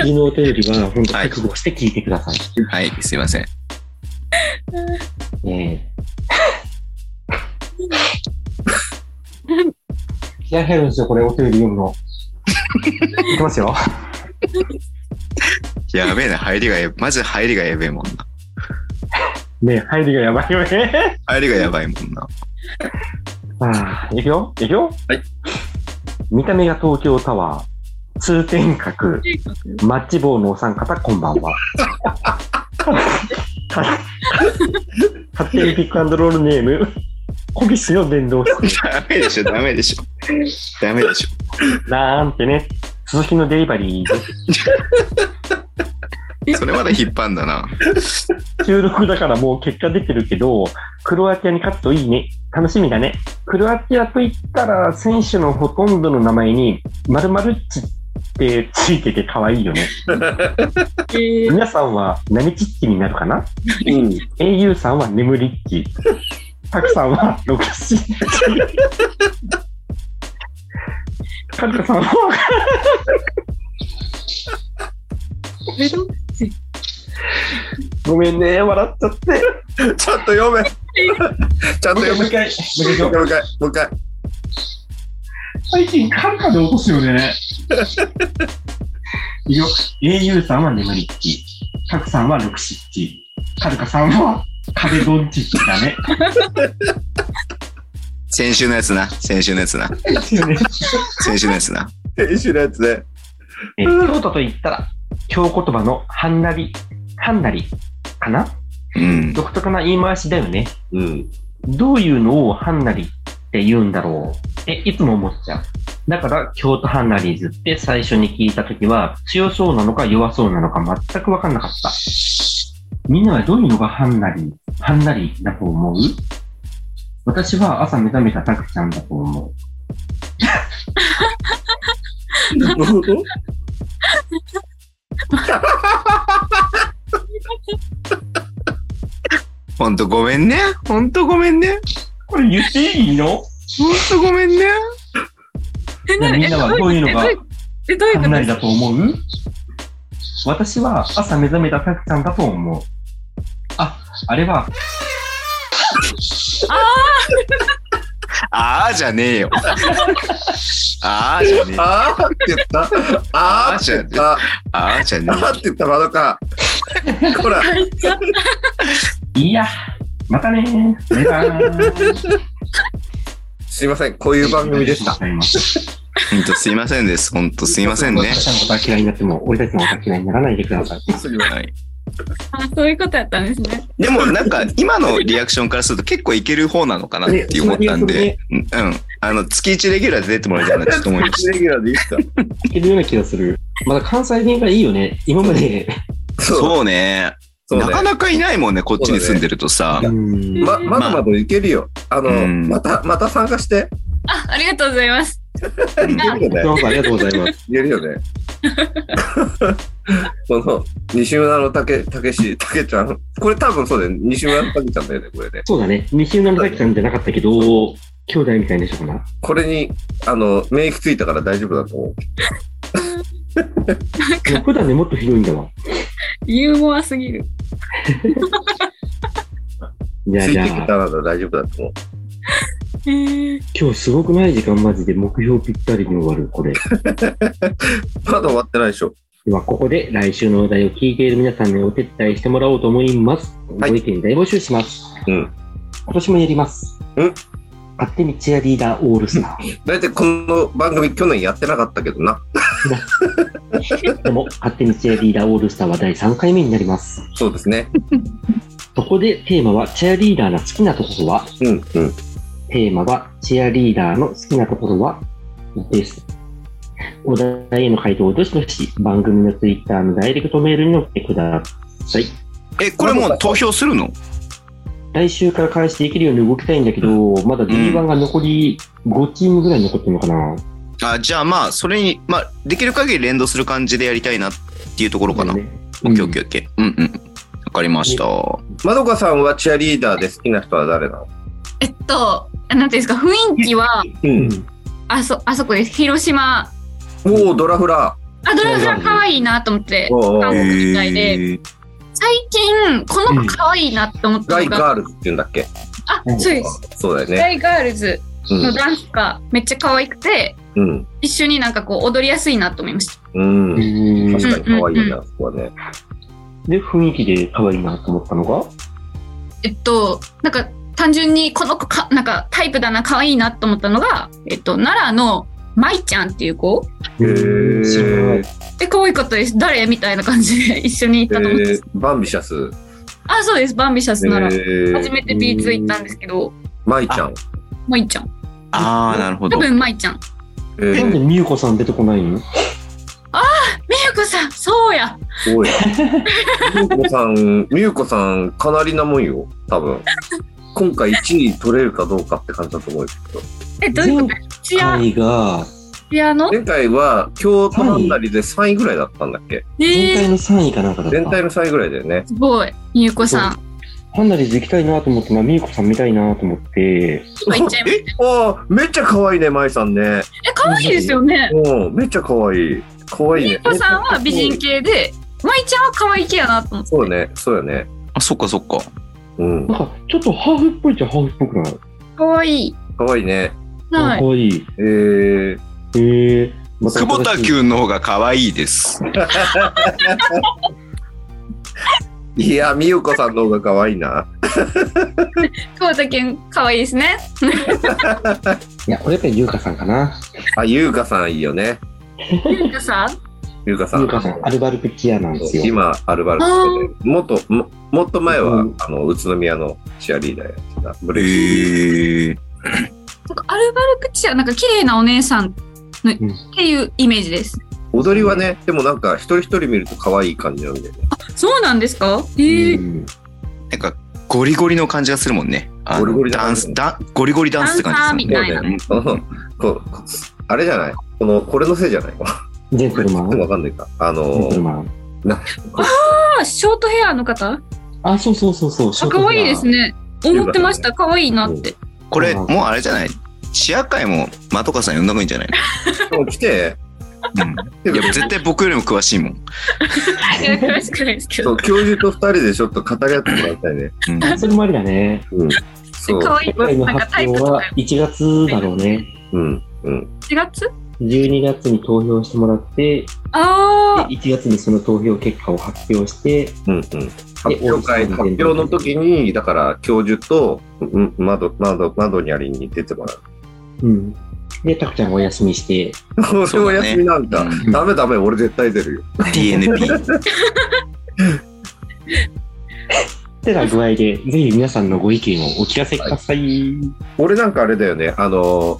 次のお便りは本当覚悟して聞いてください。はい、すいません。ねえ。気合入るんですよ、これ、お便り読むの。いきますよ。やべえな、入りがや、まず入りがやべえもんな。ねえ、入りがやばいよね。入りがやばいもんな。ああ、いくよ、いくよ。はい。見た目が東京タワー、通天閣、マッチ棒のお三方、こんばん は。勝手にピックアンドロールネーム、小岸の伝道室。ダメでしょ、ダメでしょ。ダメでしょ。なんてね、鈴木のデリバリーです。それまで引っ張んだな。収録だからもう結果出てるけど、クロアチアに勝つといいね。楽しみだね。クロアチアといったら、選手のほとんどの名前に、まるまるっちってついてて可愛いよね。えー皆さんは何チッチになるかなうん。 au さんは眠りっち。たくさんはロクシッチ。カルタさんは、ごめんね、笑っちゃって。ちゃんと読め。ちゃんと読もうめ一。回、もう一もう一回回、もう一回、もう一回。最近カルカで落とすよね。いいよ、au さんは眠りっち。タクさんはロクシッチ。カルカさんは壁ドンチッチだね。先週のやつな。先週のやつな。先週のやつな。編集のやつ ね。えー京都と言ったら、京言葉のはんなり、はんなりかなうん。独特な言い回しだよね。うん。どういうのをはんなりって言うんだろうっていつも思っちゃう。だから、京都ハンナリーズって最初に聞いたときは、強そうなのか弱そうなのか全くわかんなかった。みんなはどういうのがハンナリー、ハンナリーだと思う私は朝目覚めたタクちゃんだと思なるほど。ほんとごめんね。ほんとごめんね。う。これ言っていいのほんとごめんね。えなみんなはどういうのがえ、どういうハこンとナえリどういだうこと思う私は朝目覚めたタクちゃんだと思う。あ、あれは、あーじゃねえよ。あーじゃねえ。あーって言った。あーって言った。ああーじゃねえーって言った、まだか。ほら、いいや、またねー。バイバーイ。すいません。こういう番組でした。すほんとすいませんです。ほんとすいませんね皆。さんのことは嫌いになっても、俺たちのことは嫌いにならないでください。 すいませんはいとそういうことだったんですね。でもなんか今のリアクションからすると結構いける方なのかな って思ったんで、うん。うんあの、月1レギュラーで出てもらいたいなちょっと思いましレギュラーでいいですかいけるような気がする。まだ関西弁がいいよね。今まで。た。そうね。そうなかね。なかいないもんね、こっちに住んでるとさ。うんま、まだまだいけるよ。あの、うんまた、また参加して。あ、ありがとうございます。いけるよね。どうもありがとうございます。言えるよね。この西村のたけたけしたけちゃん、これ多分そうだよね。西村のたけちゃんだよね、これね。そうだね。西浦の崎さんじゃなかったけど、兄弟みたいでしょうかな。これに、あの、免疫ついたから大丈夫だと思う。いや普段ね、もっとひどいんだわ。ユーモアすぎる。じゃあついじてゃきたあ、ら大丈夫だと思う。えー、今日すごくない時間マジで目標ぴったりに終わる、これ。まだ終わってないでしょ。では、ここで来週のお題を聞いている皆さんにお手伝いしてもらおうと思います。はいご意見大募集します。うん。今年もやります。うん勝手にチアリーダーオールスタ 大体この番組去年やってなかったけどな。ー。でも、勝手にチアリーダーオールスターは第3回目になります。そうですね。そこでテーマは、チアリーダーの好きなところは、うんうん。テーマは、チアリーダーの好きなところは、です。お題への回答をどしどし、番組のツイッターのダイレクトメールに載ってください。え、これもう投票するの来週から開始できるように動きたいんだけど、まだ D1 が残り5チームぐらい残ってるのかな。あじゃあまあ、それに、まあ、できる限り連動する感じでやりたいなっていうところかな。オッねケーオッケーオッケー。うんうん。わかりました。まどかさんはチアリーダーで好きな人は誰なのえっと、なんていうんですか、雰囲気は、ううん。あそ、あそこです。広島。おお、ドラフラあ、ドラフラ可愛いなと思ってー。。おーあおのー。みたいでえー最近、この子可愛いなって思っガたイのが、ガールズって言うんだっけあ、そうです。そうだよね。ガイガールズのダンスがめっちゃ可愛くて、うん。一緒になんかこう踊りやすいなと思いました。うん。うんうん確かに可愛いな、そこはね。で、雰囲気で可愛いなと思ったのが、えっと、なんか単純にこの子か、なんかタイプだな、可愛いなと思ったのが、えっと、奈良の舞ちゃんっていう子。へうん知らないー。え、可愛かったです。誰みたいな感じで一緒に行ったと思って、えーバンビシャス。あ、そうです。バンビシャスなら。初えめて B2 行ったんですけど、マイちゃん。舞ちゃん。あー、なるほ多ど。分舞ちゃん。えなんでー美優子さん出てこないのみゆこさん、そうや。おい。みゆこさん、みゆこさん、かなりなもんよ、多分。今回1位取れるかどうかって感じだと思うんですけど。え、どういうこ前とチア、回が、チアの前回は、京都なんなりで3位ぐらいだったんだっけえ全体ー、の3位かなんかだった。全体の3位ぐらいだよね。すごい。ゆうこさん。ハンナリーズ行きたいなと思って、まあ、ミーコさん見たいなと思って、今行っちゃいまえああ、めっちゃ可愛いね、まいさんね。え、可愛いですよね。うん、めっちゃ可愛い。可愛いね。ゆうこさんは美人系で、まいちゃんは可愛い系やなと思って。そうね、そうよね。あ、そっかそっか。うんな、んか、ちょっとハーフっぽいっちゃハーフっぽくない可愛い。可愛いね。はかい。わいい。えー、へえ。ま久保田新しい君の方が可愛いです。いや、みゆこさんの方が可愛いな。久保田健可愛いですね。いや、これやっぱり優香さんかな。あ、ゆうかさんいいよね。ゆうこさん。ゆうかさん。優香さん、アルバルクキアなんですよ。今、アルバルクスで、もっと、ももっと前は、うんあの、宇都宮のチアリーダーやってた。ブレイキンへえ。なんかアルバルクチア、なんか綺麗なお姉さんのんっていうイメージです。踊りはね、でもなんか、一人一人見ると可愛い感じなんでね。そうなんですかうええ。んなんか、ゴリゴリの感じがするもんね。あのゴリゴリなダ感ンじス、ダンゴリゴリダンスって感じでダンサーみたいなするね。うん ここあれじゃないこの、これのせいじゃないジェントルマンジ わかんないか。あェンのト、ルマン。あ、ショートヘアの方。あ、そうそうそうそう。ショあ、ートヘア可愛いです。ね。思ってました。可愛いなって。これ、もうあれじゃないチア会も、マトカさん呼んだ方がいいんじゃないもう来て、のうん。いや、絶対僕よりも詳しいもん。 いや、詳しくないですけそど。う、教授と二人でちょっと語り合ってもらいたいね。うんあそれもありだね。うん。 そう。可愛い今回い。のなんかタ発イプ表とはか。 1月だろうね。うん。うん。 4月。 12月に投票してもらって、でああ。 1月にその投票結果を発表して、うん。うん。発表会、で発表の時に、だから、教授と、うん、窓、窓、窓にありに出てもらう。うん。で、タクちゃんお休みして、俺お休みなんだ。うんダメダメ、俺絶対出るよ。 DNP。ってな具合で、ぜひ皆さんのご意見をお聞かせください。俺なんかあれだよね、あの、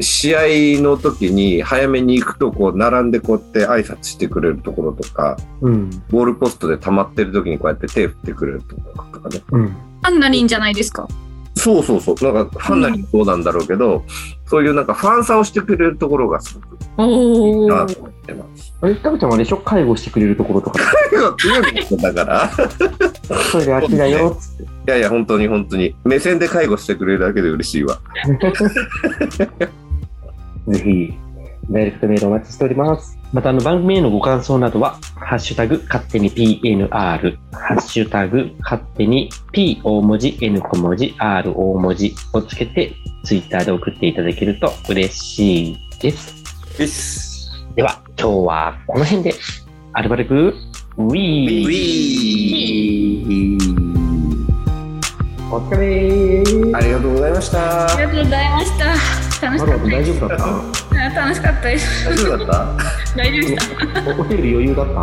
試合の時に早めに行くと、こう、並んでこうやって挨拶してくれるところとか、うん。ボールポストで溜まってる時にこうやって手振ってくれるところとかね。うん。あんなにいいんじゃないですか。そうそうそう。なんか、ファンなりもそうなんだろうけど、そういうなんかファンサをしてくれるところがすごくいいおなお。と思ってます。あれ、タクちゃんはあれでしょ介護してくれるところとか、強いこと だから、それであっちだよ、つって。いやいや、本当に本当に、目線で介護してくれるだけで嬉しいわ。ぜひ、ダイレクトメールお待ちしております。また、あの、番組へのご感想などは、ハッシュタグ、勝手に PNR、ハッシュタグ、勝手に P 大文字、N 小文字、R 大文字をつけて、ツイッターで送っていただけると嬉しいです。では、今日はこの辺で、アルバルク、ウィーお疲れーありがとうございましあた。りがとうございました。楽しかったで丈夫だったす。楽しかったです。大丈夫だっ大丈夫でしおホテル余裕だったた。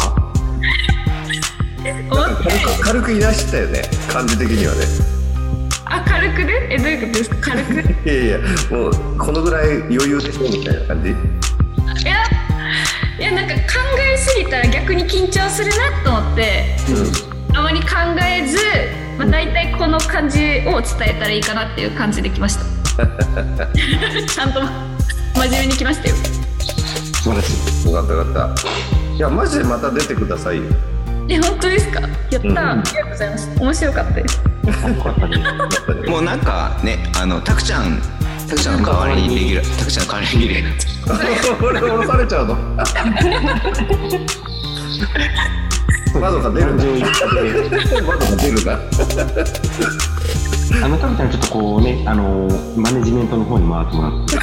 終わった軽く軽くいらしたよね、感じ的にはね。あ、軽くで、え、どういうことですか。 軽く。いやいや、もうこのぐらい余裕でしょみたいな感じ。いやいやなんか考えすぎたら逆に緊張するなと思ってあまり考えず、まあ、大体この感じを伝えたらいいかなっていう感じできました ちゃんと真面目にきましたよ素晴らしいうん、よかったよかった。いや、マジでまた出てくださ いよ。え本当ですかやったー、うんありがとうございます面白かったですあよかったねもうなんかね、あの、タクちゃん、タクちゃんの代わりにレギュラー、タクちゃんの代わりにレギュラーになって。俺殺されちゃうの。窓が出る感な情。一窓が出るな。致あのタブちゃんちょっとこうねあのマネジメントの方に回ってもらって